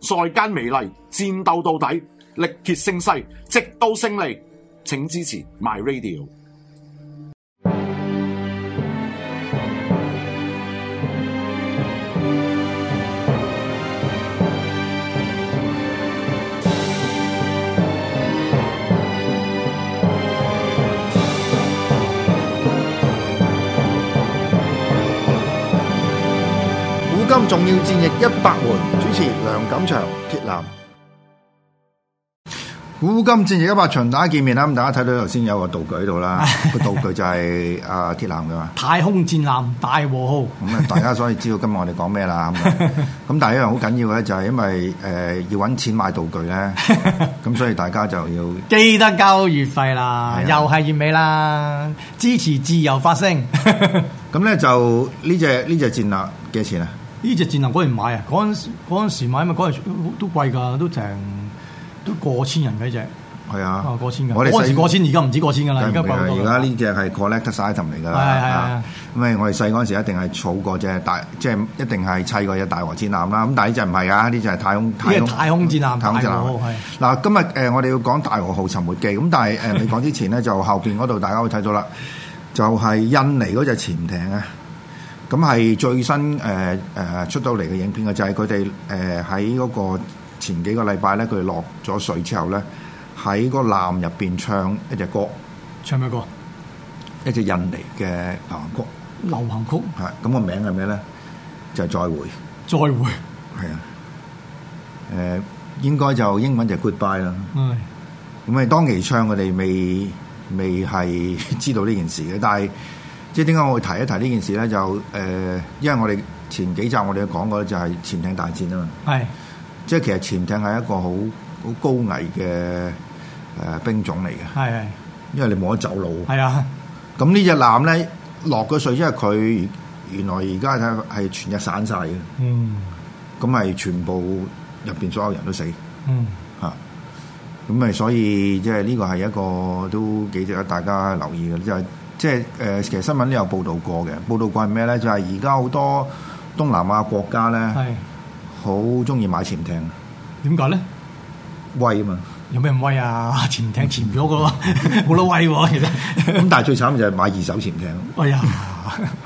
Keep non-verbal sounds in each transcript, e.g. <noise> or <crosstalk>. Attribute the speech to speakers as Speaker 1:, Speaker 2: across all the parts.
Speaker 1: 在間美利，戰鬥到底，力竭勝勢，直到勝利。請支持 My Radio。
Speaker 2: <laughs>
Speaker 3: 古今重要戰役一百回，主持梁錦祥、鐵男。古今戰役一百場，大家見面啦。咁大家睇到頭先有個道具喺度啦，個道具就係阿鐵男嘅嘛。
Speaker 2: <laughs> 太空戰艦大和號，
Speaker 3: 咁啊，大家所以知道今日我哋講咩啦。咁樣咁但係一樣好緊要嘅咧，就係因為誒、呃要揾錢買道具
Speaker 2: <laughs>
Speaker 3: 咧，咁所以大家就要
Speaker 2: 記得交月費啦，
Speaker 3: 係啊
Speaker 2: 又係月尾啦，支持自由發聲。 <laughs> 呢
Speaker 3: 咁咧就呢只呢只戰艦幾錢啊？
Speaker 2: 只戰艦嗰陣買啊，嗰陣時嗰陣時買咪嗰陣時都貴㗎，都成都過千人嘅隻，
Speaker 3: 係啊
Speaker 2: 啊，過千㗎。
Speaker 3: 我哋
Speaker 2: 嗰陣時
Speaker 3: 細
Speaker 2: 過千，而家唔止過千㗎啦，
Speaker 3: 梗
Speaker 2: 而
Speaker 3: 係唔
Speaker 2: 家貴
Speaker 3: 會啦
Speaker 2: 好多
Speaker 3: 而
Speaker 2: 㗎啦
Speaker 3: 家呢只係 collector item 嚟㗎啦。
Speaker 2: 係係係
Speaker 3: 啊咁誒，我哋細嗰陣時一定係儲過隻大，即係一定係砌過隻大和戰艦啦。咁但係呢只唔係啊，呢只係太空太空
Speaker 2: 呢隻太空戰艦
Speaker 3: 太空戰艦
Speaker 2: 大和號係。
Speaker 3: 嗱，今日誒我哋要講大和號沉沒記，咁但係誒
Speaker 2: <laughs>
Speaker 3: 未講之前咧，就後邊嗰度大家會睇到啦，就係印尼嗰只潛艇啊。咁係最新誒誒、呃出到嚟嘅影片嘅，就係佢哋誒喺嗰個前幾個禮拜咧，佢哋落咗水之後咧，喺個艦入邊唱一隻歌，
Speaker 2: 唱咩歌？
Speaker 3: 一隻印尼嘅流行曲，
Speaker 2: 流行曲
Speaker 3: 係咁個名係咩咧？就係、再會，
Speaker 2: 再會，
Speaker 3: 係啊，誒、應該就英文就 goodbye 啦。
Speaker 2: 唉，
Speaker 3: 咁啊，當其唱我哋未未係 <laughs> 知道呢件事嘅，但係即係點解我會提一提呢件事咧？就誒、呃因為我哋前幾集我哋都講過，就係潛艇大戰啊嘛。
Speaker 2: 係
Speaker 3: 即係其實潛艇係一個好好高危嘅誒、呃兵種嚟嘅，
Speaker 2: 係係
Speaker 3: 因為你冇得走路。
Speaker 2: 係啊，
Speaker 3: 咁呢只艦咧落咗水，因為佢原來而家睇係全日散晒嘅，
Speaker 2: 嗯
Speaker 3: 咁係全部入邊所有人都死
Speaker 2: 嗯，
Speaker 3: 嚇。咁咪所以即係呢個係一個都幾值得大家留意嘅，就係即係誒，其實新聞都有報導過嘅。報導過係咩咧？就係而家好多東南亞國家咧，
Speaker 2: 係
Speaker 3: 好中意買潛艇
Speaker 2: 點解咧？
Speaker 3: 威啊嘛。
Speaker 2: 有咩咁威啊？潛艇潛咗噶喎，冇得威喎，其實。
Speaker 3: 咁但係最慘就係買二手潛艇，
Speaker 2: 哎呀，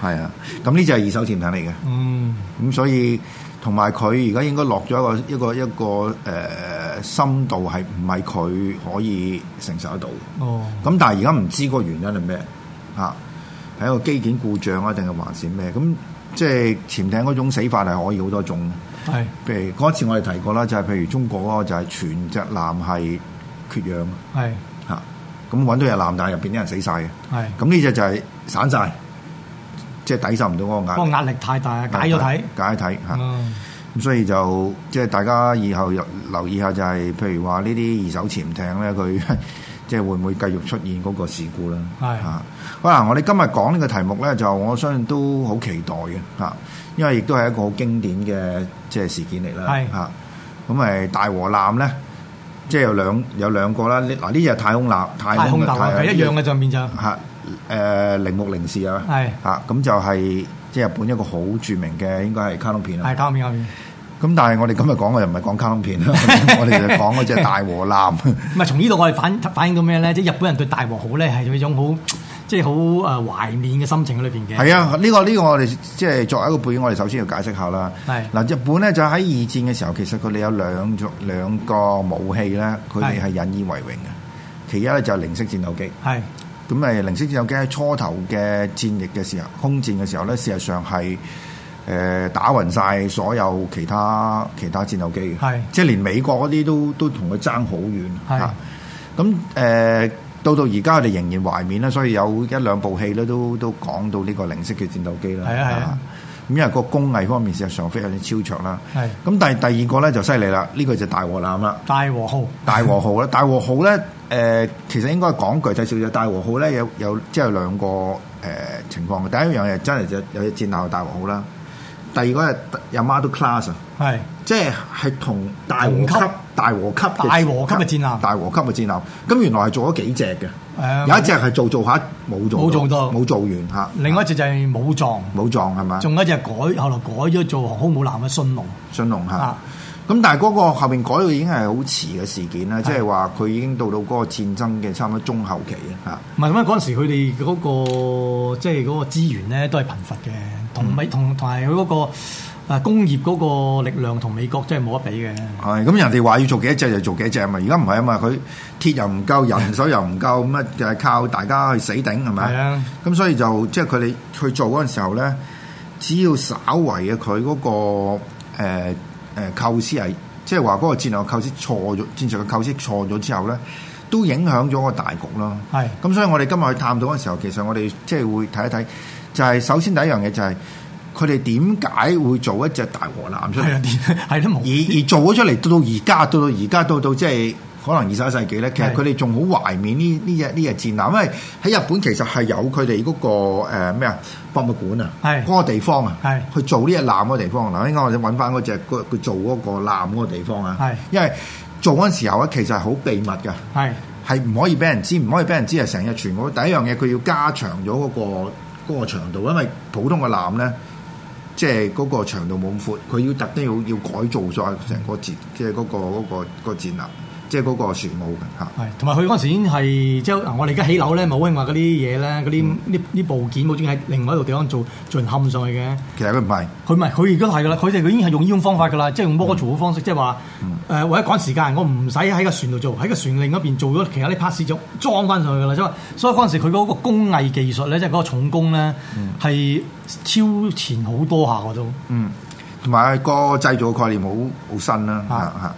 Speaker 3: 係啊，咁呢只係二手潛艇嚟嘅，
Speaker 2: 嗯，
Speaker 3: 咁所以同埋佢而家應該落咗一個一個一個誒、呃深度係唔係佢可以承受得到嘅？
Speaker 2: 哦，
Speaker 3: 咁但係而家唔知個原因係咩嚇？係一個機件故障啊，定係還是咩？咁即係潛艇嗰種死法係可以好多種
Speaker 2: 係
Speaker 3: 嘅，譬如嗰一次我哋提過啦，就係、譬如中國嗰個就係全隻艦係缺氧
Speaker 2: 係
Speaker 3: 嚇，咁揾到隻艦，但係入邊啲人死晒嘅。
Speaker 2: 係，
Speaker 3: 咁呢只就係散晒，即係抵受唔到嗰個壓
Speaker 2: 個壓力太大啊，解咗
Speaker 3: 解
Speaker 2: 體。
Speaker 3: 咗啊體嚇。
Speaker 2: 嗯，
Speaker 3: 咁所以就即係大家以後又留意下，就係譬如話呢啲二手潛艇咧，佢 <laughs> 即係會唔會繼續出現嗰個事故啦？
Speaker 2: 係
Speaker 3: 嚇。好啦，我哋今日講呢個題目咧，就我相信都好期待嘅嚇，因為亦都係一個好經典嘅即係事件嚟啦。
Speaker 2: 係
Speaker 3: 嚇。咁誒大和艦咧，即係有兩有兩個啦。呢嗱呢只係太空艦，
Speaker 2: 太空大啊嗯
Speaker 3: 艦
Speaker 2: 係一樣嘅上面就係
Speaker 3: 嚇誒鈴木零士啊，
Speaker 2: 係
Speaker 3: 嚇咁就係即係日本一個好著名嘅應該係卡通片啊啦。
Speaker 2: 交面交面，
Speaker 3: 咁但係我哋今日講嘅又唔係講卡通片啦， <laughs> 我哋就講嗰只大和艦。
Speaker 2: 唔係從呢度我哋反反映到咩咧？即係日本人對大和號咧係有一種好即係好誒懷念嘅心情喺裏邊嘅。
Speaker 3: 係啊，呢個呢個我哋即係作為一個背景，我哋首先要解釋下啦。
Speaker 2: 係
Speaker 3: 嗱，日本咧就喺二戰嘅時候，其實佢哋有兩種兩個武器咧，佢哋係引以為榮嘅。其一咧就係零式戰鬥機，
Speaker 2: 係
Speaker 3: 咁誒零式戰鬥機喺初頭嘅戰役嘅時候，空戰嘅時候咧，事實上係誒、呃打暈晒所有其他其他戰鬥機嘅，
Speaker 2: 係
Speaker 3: 即係連美國嗰啲都都同佢爭好遠
Speaker 2: 係
Speaker 3: 嚇。咁誒、呃到到而家我哋仍然懷緬啦，所以有一兩部戲咧都都講到呢個零式嘅戰鬥機啦。
Speaker 2: 係啊係啊
Speaker 3: 嚇咁因為個工藝方面事實上非常之超卓啦。
Speaker 2: 係
Speaker 3: 咁但係第二個咧就犀利啦，呢、個就大和艦啦。
Speaker 2: 大和號
Speaker 3: 大和號咧，大和號咧，誒、其實應該講具體少少。大和號咧有有即係兩個誒、情況嘅。第一樣嘢真係就有隻戰艦大和號啦，第二個係 Yamato class 啊，
Speaker 2: 係
Speaker 3: 即係係同大和
Speaker 2: 同級
Speaker 3: 級、大和級嘅、
Speaker 2: 大和級嘅戰艦
Speaker 3: 大和級嘅戰艦。咁原來係做咗幾隻嘅，
Speaker 2: 誒
Speaker 3: 有一隻係做做下冇做，
Speaker 2: 冇做到
Speaker 3: 冇做完嚇，
Speaker 2: 另外一隻就係武藏，
Speaker 3: 冇撞係嘛？
Speaker 2: 仲有一隻改後來改咗做航空母艦嘅信龍，
Speaker 3: 信龍嚇
Speaker 2: 啊。
Speaker 3: 咁但係嗰個後面改到已經係好遲嘅事件啦，即係話佢已經到到嗰個戰爭嘅差唔多中後期啊嚇。
Speaker 2: 唔係咁啊！嗰陣時佢哋嗰個即係嗰個資源咧都係貧乏嘅，同美同同埋佢嗰個呃工業嗰個力量同美國真係冇得比嘅。
Speaker 3: 係咁人哋話要做幾多隻就做幾多隻啊嘛，而家唔係啊嘛，佢鐵又唔夠，人手又唔夠，咁啊就係靠大家去死頂係咪？
Speaker 2: 係啊，
Speaker 3: 咁所以就即係佢哋去做嗰陣時候咧，只要稍為嘅佢嗰個誒、呃呃、構思係，即係話嗰個戰略構思錯咗，戰術嘅構思錯咗之後咧，都影響咗個大局咯。
Speaker 2: 係
Speaker 3: 咁，所以我哋今日去探討嘅時候，其實我哋即係會睇一睇，就係、首先第一樣嘢就係佢哋點解會做一隻大和艦出嚟
Speaker 2: 係。啊， <laughs> 係都
Speaker 3: 而
Speaker 2: 冇。
Speaker 3: 而做咗出嚟，到到而家，到到而家，到到即係可能二十一世紀咧，其實
Speaker 2: 係
Speaker 3: 佢哋仲好懷緬呢呢隻呢隻戰艦，因為喺日本其實係有佢哋嗰個誒咩啊博物館啊，
Speaker 2: 係
Speaker 3: 嗰個地方啊，
Speaker 2: 係
Speaker 3: 去做呢隻艦嗰個地方嗱，應該我哋揾翻嗰只嗰佢做嗰個艦嗰個地方啊
Speaker 2: 係，
Speaker 3: 因為做嗰陣時候咧，其實係好秘密㗎。
Speaker 2: 係
Speaker 3: 係唔可以俾人知，唔可以俾人知係成日全部。第一樣嘢佢要加長咗嗰、個嗰、個長度，因為普通嘅艦咧，即係嗰個長度冇咁闊，佢要特登要要改造咗成個戰，即係嗰、個嗰、個個戰艦，即係嗰個船塢嘅嚇。
Speaker 2: 係，同埋佢嗰陣時已經係即係嗱我哋而家起樓咧，冇興話嗰啲嘢咧，嗰啲呢呢部件好中意喺另外一個地方做做人冚上去嘅。
Speaker 3: 其實佢唔係，
Speaker 2: 佢唔係，佢而家係噶啦，佢哋佢已經係用呢種方法噶啦，即係用摩槽嘅方式，即係話誒為咗趕時間，我唔使喺個船度做，喺個船另一邊做咗其他啲 parts 就裝翻上去噶啦，即係所以嗰陣時佢嗰個工藝技術咧，即係嗰個重工咧係超前好多下我都
Speaker 3: 嗯，同埋個製造嘅概念好好新啦嚇
Speaker 2: 啊
Speaker 3: 嚇。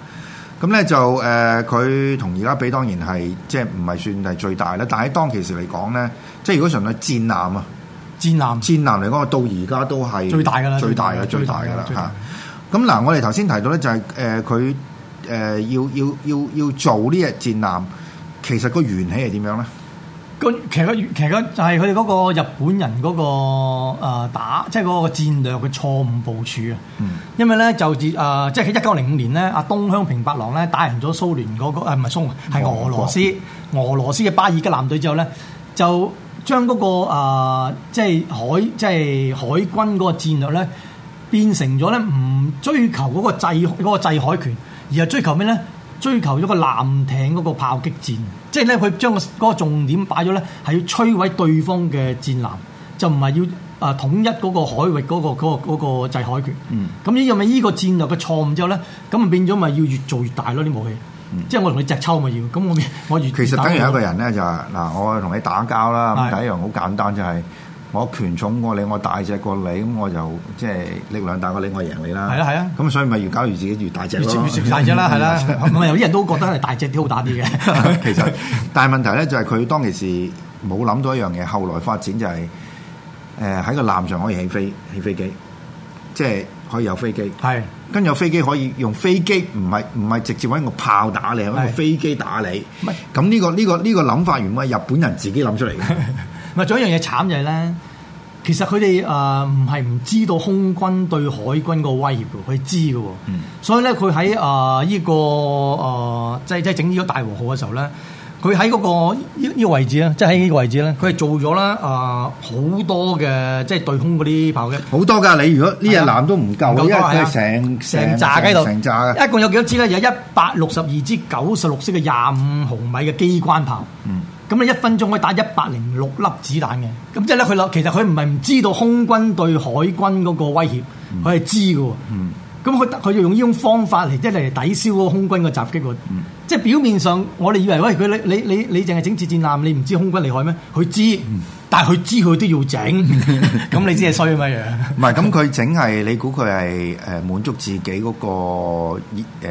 Speaker 3: 咁咧就誒，佢同而家比當然係即係唔係算係最大啦，但喺當其時嚟講咧，即係如果純粹戰艦啊。
Speaker 2: 戰艦
Speaker 3: 戰艦嚟講，到而家都係
Speaker 2: 最大㗎啦
Speaker 3: 最大嘅最
Speaker 2: 最
Speaker 3: 大
Speaker 2: 大
Speaker 3: 嘅
Speaker 2: 㗎
Speaker 3: 啦
Speaker 2: 啦最大㗎
Speaker 3: 嚇。咁嗱，我哋頭先提到咧，就係誒佢誒要要要要做呢隻戰艦，其實個緣起係點樣咧？
Speaker 2: 咁其實嗰其實嗰就係佢哋嗰個日本人嗰、個、呃、打，即係嗰個戰略嘅錯誤部署啊。因為咧就自誒、呃即係喺一九零五年咧，阿東鄉平八郎咧打贏咗蘇聯嗰、個呃唔係蘇係俄羅斯俄羅斯嘅巴爾吉艦隊之後咧，就將嗰、個、呃、即係海即係海軍嗰個戰略咧，變成咗咧唔追求嗰個制嗰、個制海權，而係追求咩咧？追求咗個艦艇嗰個炮擊戰，即係咧佢將個嗰個重點擺咗咧，係要摧毀對方嘅戰艦，就唔係要啊統一嗰個海域嗰、個嗰、個嗰個制海權。
Speaker 3: 嗯
Speaker 2: 咁呢個咪呢個戰略嘅錯誤之後咧，咁咪變咗咪要越做越大咯啲武器。即係我同你隻抽咪要，咁我咪我越
Speaker 3: 嗯其實等於
Speaker 2: 越
Speaker 3: 有一
Speaker 2: 打越好
Speaker 3: 個人咧，就係嗱，我同你打交啦，咁
Speaker 2: 係
Speaker 3: 第一樣好簡單就係我權重過你，我大隻過你，咁我就即係力量大過你，我贏你啦。
Speaker 2: 係啊係啊
Speaker 3: 咁所以咪越搞越自己越大隻
Speaker 2: 越
Speaker 3: 咯
Speaker 2: 越越大隻啦，係啦， <laughs> 唔係有啲人都覺得係大隻啲好打啲嘅。
Speaker 3: 其實，但係問題咧就係佢當其時冇諗到一樣嘢，後來發展就係誒喺個艦上可以起飛起飛機，即係可以有飛機。
Speaker 2: <laughs> 係
Speaker 3: 跟住有飛機可以用飛機，唔係唔係直接揾個炮打你，係揾個
Speaker 2: 係
Speaker 3: 飛機打你
Speaker 2: 唔係。
Speaker 3: 咁呢、個呢、個呢、個諗法原本係日本人自己諗出
Speaker 2: <laughs>
Speaker 3: 嚟嘅。
Speaker 2: 咪仲有一樣嘢慘就係咧，其實佢哋誒唔係唔知道空軍對海軍個威脅嘅，佢知嘅喎。所以咧，佢喺誒呢個誒、呃即係即係整呢個大和號嘅時候咧，佢喺嗰個呢呢個位置咧，啊即係喺呢個位置咧，佢係做咗啦誒好多嘅即係對空嗰啲炮擊。
Speaker 3: 好多㗎，你如果呢隻
Speaker 2: 係啊
Speaker 3: 艦都唔夠，
Speaker 2: 唔夠
Speaker 3: 因為
Speaker 2: 多係
Speaker 3: 佢
Speaker 2: 啊
Speaker 3: 係成
Speaker 2: 成扎喺度，
Speaker 3: 成扎嘅。
Speaker 2: 一共有幾多支咧？有一百六十二支九十六式嘅廿五毫米嘅機關炮。
Speaker 3: 嗯
Speaker 2: 咁你一分鐘可以打一百零六粒子彈嘅。咁即係咧，佢諗其實佢唔係唔知道空軍對海軍嗰個威脅，
Speaker 3: 嗯
Speaker 2: 佢係知嘅喎。咁佢佢就用呢種方法嚟即係嚟抵消嗰個空軍嘅襲擊喎。
Speaker 3: 嗯
Speaker 2: 即係表面上我哋以為喂佢你你你你淨係整次戰艦，你唔知空軍厲害咩？佢知，
Speaker 3: 嗯
Speaker 2: 但係佢知佢都要
Speaker 3: <laughs>
Speaker 2: 整，咁你先係衰啊嘛樣。
Speaker 3: 唔係咁，佢整係呃你估佢呃係誒滿足自己嗰個誒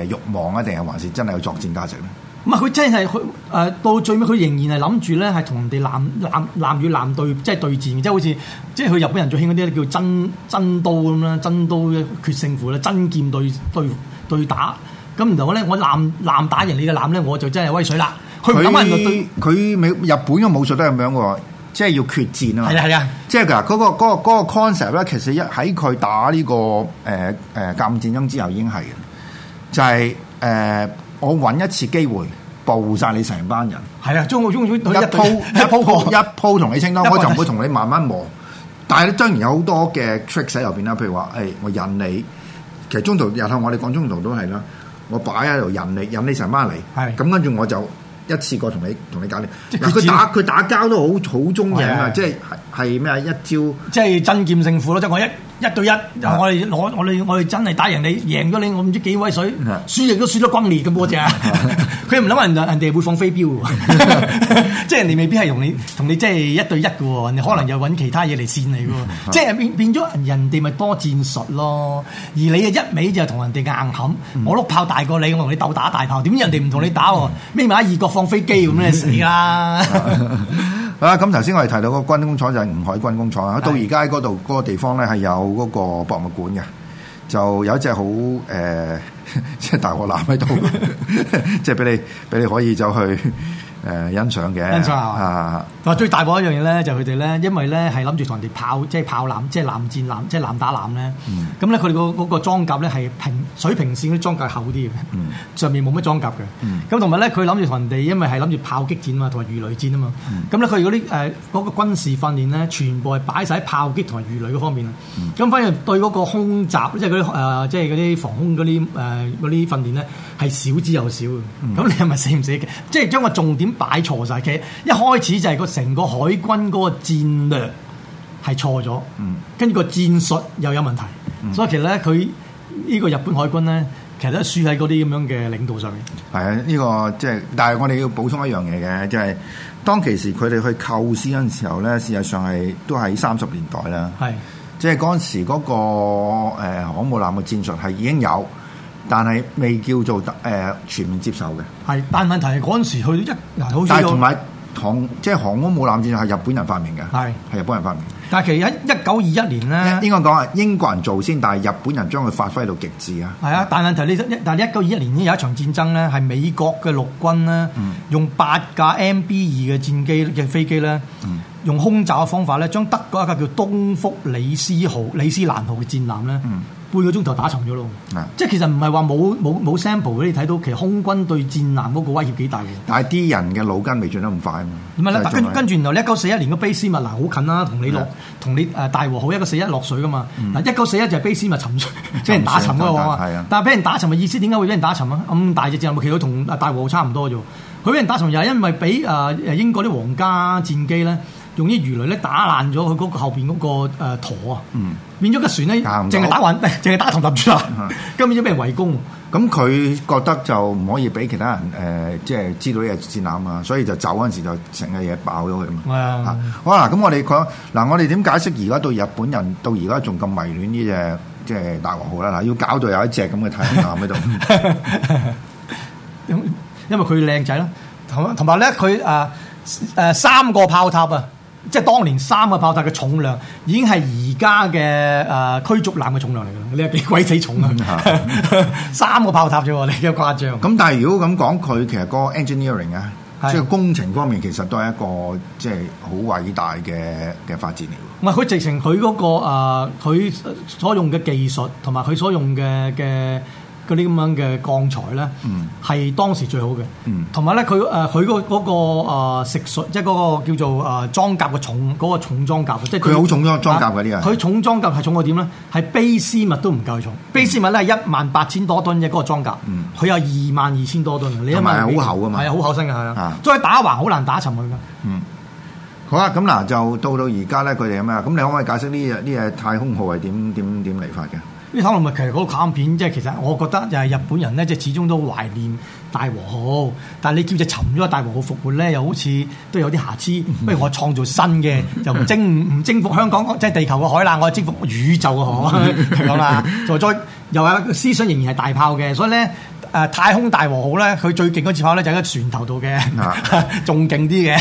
Speaker 3: 慾望啊，定係還是真係有作戰價值咧？
Speaker 2: 唔係佢真係佢誒到最尾，佢仍然係諗住咧係同人哋男男男與男對即係對戰，即係好似即係佢日本人最興嗰啲叫真真刀咁啦，真刀決勝負啦，真劍對對對打。咁然後咧，我男男打贏你嘅男咧，我就真係威水啦。佢
Speaker 3: 佢
Speaker 2: 唔諗下人哋對，
Speaker 3: 佢美日本嘅武術都係咁樣嘅喎，即係要決戰啊嘛。
Speaker 2: 係啊係啊，
Speaker 3: 即係嗱，嗰個嗰個嗰個 concept 咧，其實一喺佢打呢個誒誒甲午戰爭之後已經係嘅，就係誒我揾一次機會報晒你成班人，
Speaker 2: 係啊，中中中
Speaker 3: 一
Speaker 2: 佢
Speaker 3: 鋪一鋪
Speaker 2: 過
Speaker 3: 一鋪同你清單，
Speaker 2: 一鋪
Speaker 3: 我就唔會同你慢慢磨。但係咧，當然有好多嘅 trick 喺入邊啦，譬如話誒、我引你，其實中途日後我哋講中途都係啦，我擺喺度引你，引你成班嚟，
Speaker 2: 係
Speaker 3: 咁跟住我就。一次過同你同你搞掂，
Speaker 2: 即係
Speaker 3: 嗱
Speaker 2: 決
Speaker 3: 佢
Speaker 2: 戰
Speaker 3: 打佢打交都好好中意
Speaker 2: 係
Speaker 3: 啊！
Speaker 2: 係
Speaker 3: 即係係咩啊？一招
Speaker 2: 即係真劍勝負咯，即係我一一對一，我哋攞我哋我哋真係打贏你，贏咗你，我唔知幾威水，
Speaker 3: 係
Speaker 2: 輸亦都輸得轟烈咁嗰只。 <laughs> 佢唔諗話人人哋會放飛鏢喎，即係人哋未必係同你同你即係一對一嘅喎，人哋可能又揾其他嘢嚟扇你嘅喎，即係變變咗人哋咪多戰術咯，而你啊一味就同人哋硬冚，我碌炮大過你，我同你鬥打大炮，點知人哋唔同你打喎，孭埋喺異國放飛機咁你死啦！
Speaker 3: <laughs> 啊，咁頭先我哋提到個軍工廠就係吳海軍工廠啦，到而家喺嗰度嗰個地方咧係有嗰個博物館嘅，就有一隻好誒，呃 <laughs> 即係大和艦喺度， <laughs> 即係俾你俾你可以走去誒、呃欣賞嘅，
Speaker 2: 欣賞下
Speaker 3: 啊，
Speaker 2: 嗱，最大鑊一樣嘢咧，就係佢哋咧，因為咧係諗住同人哋炮，即係炮艦，即係艦戰艦，即係艦打艦咧。咁咧、佢哋個嗰個裝甲咧係平水平線嗰啲裝甲係厚啲嘅，上面冇乜裝甲嘅。咁同埋咧，佢諗住同人哋，因為係諗住炮擊戰嘛，同埋魚雷戰啊嘛。咁咧、佢嗰啲誒嗰個軍事訓練咧，全部係擺晒喺炮擊同埋魚雷嗰方面啊。
Speaker 3: 嗯
Speaker 2: 咁、反而對嗰個空襲，即係嗰啲誒，即係嗰啲防空嗰啲誒嗰啲訓練咧，係少之又少嘅。咁、
Speaker 3: 嗯
Speaker 2: 你係咪死唔死嘅？即係將個重點擺錯晒。其實一開始就係個成個海軍嗰個戰略係錯咗，
Speaker 3: 嗯
Speaker 2: 跟住個戰術又有問題，所以其實咧佢呢個日本海軍咧，其實都係輸喺嗰啲咁樣嘅領導上面。
Speaker 3: 係啊，呢、個即係，但係我哋要補充一樣嘢嘅，就係、當其時佢哋去構思嗰陣時候咧，事實上係都喺三十年代啦。
Speaker 2: 係
Speaker 3: 即係嗰陣時嗰、個、呃、航母艦嘅戰術係已經有，但係未叫做誒、呃全面接受嘅。
Speaker 2: 係，但係問題係嗰陣時去到一嗱，好似
Speaker 3: 但係
Speaker 2: 個
Speaker 3: 同埋航即係航空母艦戰術係日本人發明嘅，
Speaker 2: 係
Speaker 3: 係日本人發明。
Speaker 2: 但係其實喺一九二一年咧。
Speaker 3: 應該講係英國人做先，但係日本人將佢發揮到極致啊！
Speaker 2: 係啊，但問題你但係一九二一年已經有一場戰爭咧，係美國嘅陸軍咧，
Speaker 3: 嗯
Speaker 2: 用八架 MB 二嘅戰機嘅飛機咧，
Speaker 3: 嗯
Speaker 2: 用空襲嘅方法咧，將德國一架叫東福里斯號、里斯蘭號嘅戰艦咧，半個鐘頭打沉咗咯
Speaker 3: 嗯啊。
Speaker 2: 即係其實唔係話冇冇冇 sample 俾你睇到，其實空軍對戰艦嗰個威脅幾大嘅。
Speaker 3: 但係啲人嘅腦筋未轉得咁快啊嘛。
Speaker 2: 唔係
Speaker 3: 就
Speaker 2: 啦，
Speaker 3: 係
Speaker 2: 跟
Speaker 3: 仲係
Speaker 2: 跟住然後一九四一年個卑斯密嗱好近啦，同你落
Speaker 3: 係嗯
Speaker 2: 同你誒大和號一九四一落水噶嘛。嗱一九四一就係卑斯密沉水， <laughs> 俾人打沉嗰個啊
Speaker 3: 係啊
Speaker 2: 嘛。但係俾人打沉嘅意思點解會俾人打沉啊？咁大隻戰艦其實同大和號差唔多啫喎。佢俾人打沉又係因為俾誒誒英國啲皇家戰機咧。用啲魚雷咧打爛咗佢嗰個後邊嗰個誒舵啊，變咗個船咧
Speaker 3: 嗯行唔到
Speaker 2: 淨係打暈，淨係打同揼住啦，
Speaker 3: <laughs>
Speaker 2: 咁變咗俾人圍攻。
Speaker 3: 咁佢覺得就唔可以俾其他人誒、呃即係知道呢隻戰艦啊，所以就走嗰陣時就成個嘢爆咗佢啊
Speaker 2: 係
Speaker 3: 嘛。
Speaker 2: 啊
Speaker 3: 嚇好啦，咁我哋講嗱，我哋點解釋而家對日本人到而家仲咁迷戀呢隻即係大和號啦？嗱，要搞到有一隻咁嘅太空艦喺度，
Speaker 2: 因因為佢靚仔啦，同同埋咧佢誒誒三個炮塔啊，即係當年三個炮塔嘅重量已經係而家嘅誒啊驅逐艦嘅重量嚟㗎啦，你係幾鬼死重啊！ <laughs> 三個炮塔啫喎，你嘅誇張。
Speaker 3: 咁但係如果咁講，佢其實個 engineering 啊，
Speaker 2: 係
Speaker 3: 即係工程方面，其實都係一個即係好偉大嘅嘅發展嚟喎。
Speaker 2: 唔係佢直情佢嗰個呃佢、所用嘅技術同埋佢所用嘅嘅嗰啲咁樣嘅鋼材咧，係、當時最好嘅
Speaker 3: 嗯。
Speaker 2: 同埋咧，佢誒佢個嗰個、呃、食術，即係嗰個叫做誒、呃裝甲嘅重嗰、個重裝甲，啊即係啊
Speaker 3: 佢好重裝裝甲㗎啊呢樣
Speaker 2: 佢重裝甲係重過點咧？係卑斯密都唔夠重，卑斯密咧係一萬八千多噸嘅嗰個裝甲，佢有二萬二千多噸，啊你
Speaker 3: 嗯同
Speaker 2: 一
Speaker 3: 埋
Speaker 2: 萬
Speaker 3: 好厚㗎嘛
Speaker 2: 係啊，好厚身嘅係
Speaker 3: 啊
Speaker 2: 啊，所以打橫好難打沉佢㗎。
Speaker 3: 好啦，咁嗱就到到而家咧，佢哋咁啊，咁你可唔可以解釋呢隻呢隻太空號係點點點嚟發嘅？
Speaker 2: 呢套咪其實嗰個卡通片，即係其實我覺得就係日本人咧，即係始終都懷念大和號，但係你叫只沉咗嘅大和號復活咧，又好似都有啲瑕疵。不如我創造新嘅，就唔征唔征服香港 <laughs> 即係地球嘅海啦，我係征服宇宙嘅海咁樣啦。就再又有思想仍然係大炮嘅，所以咧誒、誒太空大和號咧，佢最勁嗰次炮咧就喺個船頭度
Speaker 3: 啊
Speaker 2: 嘅， <laughs> 仲勁啲嘅。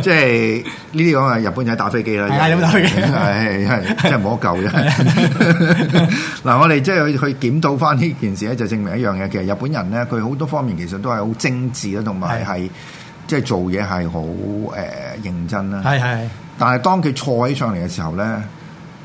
Speaker 3: 即係呢啲咁嘅日本仔打飛機啦，
Speaker 2: 係啊日本打飛機
Speaker 3: 係係真係冇得
Speaker 2: <laughs>
Speaker 3: 救啫。嗱，我哋即係去去檢討翻呢件事咧，就證明一樣嘢，其實日本人咧，佢好多方面其實都係好精緻啦，同埋係即係做嘢係好誒呃認真啦。
Speaker 2: 係係
Speaker 3: 但係當佢錯起上嚟嘅時候咧，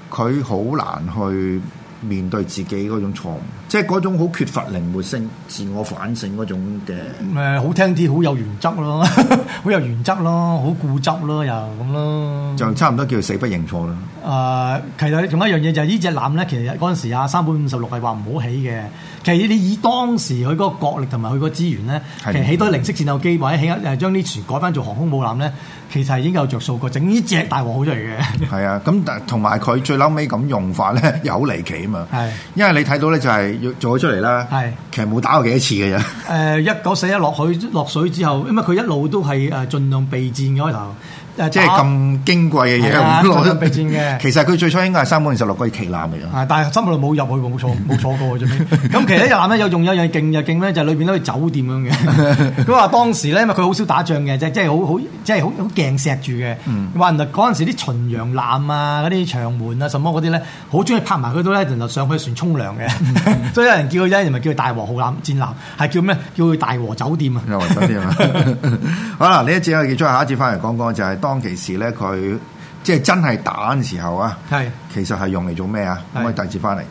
Speaker 3: 佢好難去面對自己嗰種錯誤，即係嗰種好缺乏靈活性、自我反省嗰種嘅。
Speaker 2: 誒呃好聽啲，好有原則咯， <laughs> 好有原則咯，好固執咯，又咁咯。
Speaker 3: 就差唔多叫死不認錯啦。
Speaker 2: 誒、其實仲有一樣嘢就係呢只艦咧，其實嗰陣時啊，三本五十六係話唔好起嘅。其實你以當時佢嗰個國力同埋佢個資源咧，其
Speaker 3: 係
Speaker 2: 實起多零式戰鬥機或者起一誒將啲船改翻做航空母艦咧，其實係已經有着數過整呢只大和號出嚟嘅。 <laughs>
Speaker 3: 係啊，咁但同埋佢最嬲尾咁用法 <laughs> 咧，又好離奇啊嘛。
Speaker 2: 係
Speaker 3: 因為你睇到咧就係要做咗出嚟啦。
Speaker 2: 係
Speaker 3: 其實冇打過幾多次嘅啫。
Speaker 2: <laughs> 誒呃一九四一落去落水之後，因為佢一路都係誒盡量備戰嘅開頭，呃誒
Speaker 3: 即係咁
Speaker 2: 打
Speaker 3: 矜貴嘅嘢，
Speaker 2: 係啊
Speaker 3: 咁攞
Speaker 2: 咁樣備戰嘅
Speaker 3: <laughs> 其實佢最初應該係三本五十六個旗艦嚟
Speaker 2: <laughs>
Speaker 3: 嘅。
Speaker 2: 啊！但係心裏冇入去，
Speaker 3: <laughs>
Speaker 2: 冇錯冇錯過嘅最尾。咁其實一艦咧有仲有一樣勁就勁咧，就係裏邊都好似酒店咁
Speaker 3: <laughs>
Speaker 2: 嘅。佢話當時咧，因為佢好少打仗嘅，即係即係好好即係好好鏡錫住嘅。
Speaker 3: 嗯
Speaker 2: 話原來嗰陣時啲巡洋艦啊、嗰啲長門啊、什麼嗰啲咧，好中意拍埋佢都咧，然後上去船沖涼
Speaker 3: 嗯
Speaker 2: 嘅。 <laughs> 所以有人叫佢咧，咪叫佢大和號艦戰艦，係叫咩？叫佢大和酒店啊。
Speaker 3: 又話酒店啊！ <laughs> 好啦，呢一節我哋結束，下一節翻嚟講講就係當其時咧，佢即係真係打嘅時候啊，
Speaker 2: 係
Speaker 3: 其實係用嚟做咩啊？咁
Speaker 2: 係
Speaker 3: 我哋第二節翻嚟。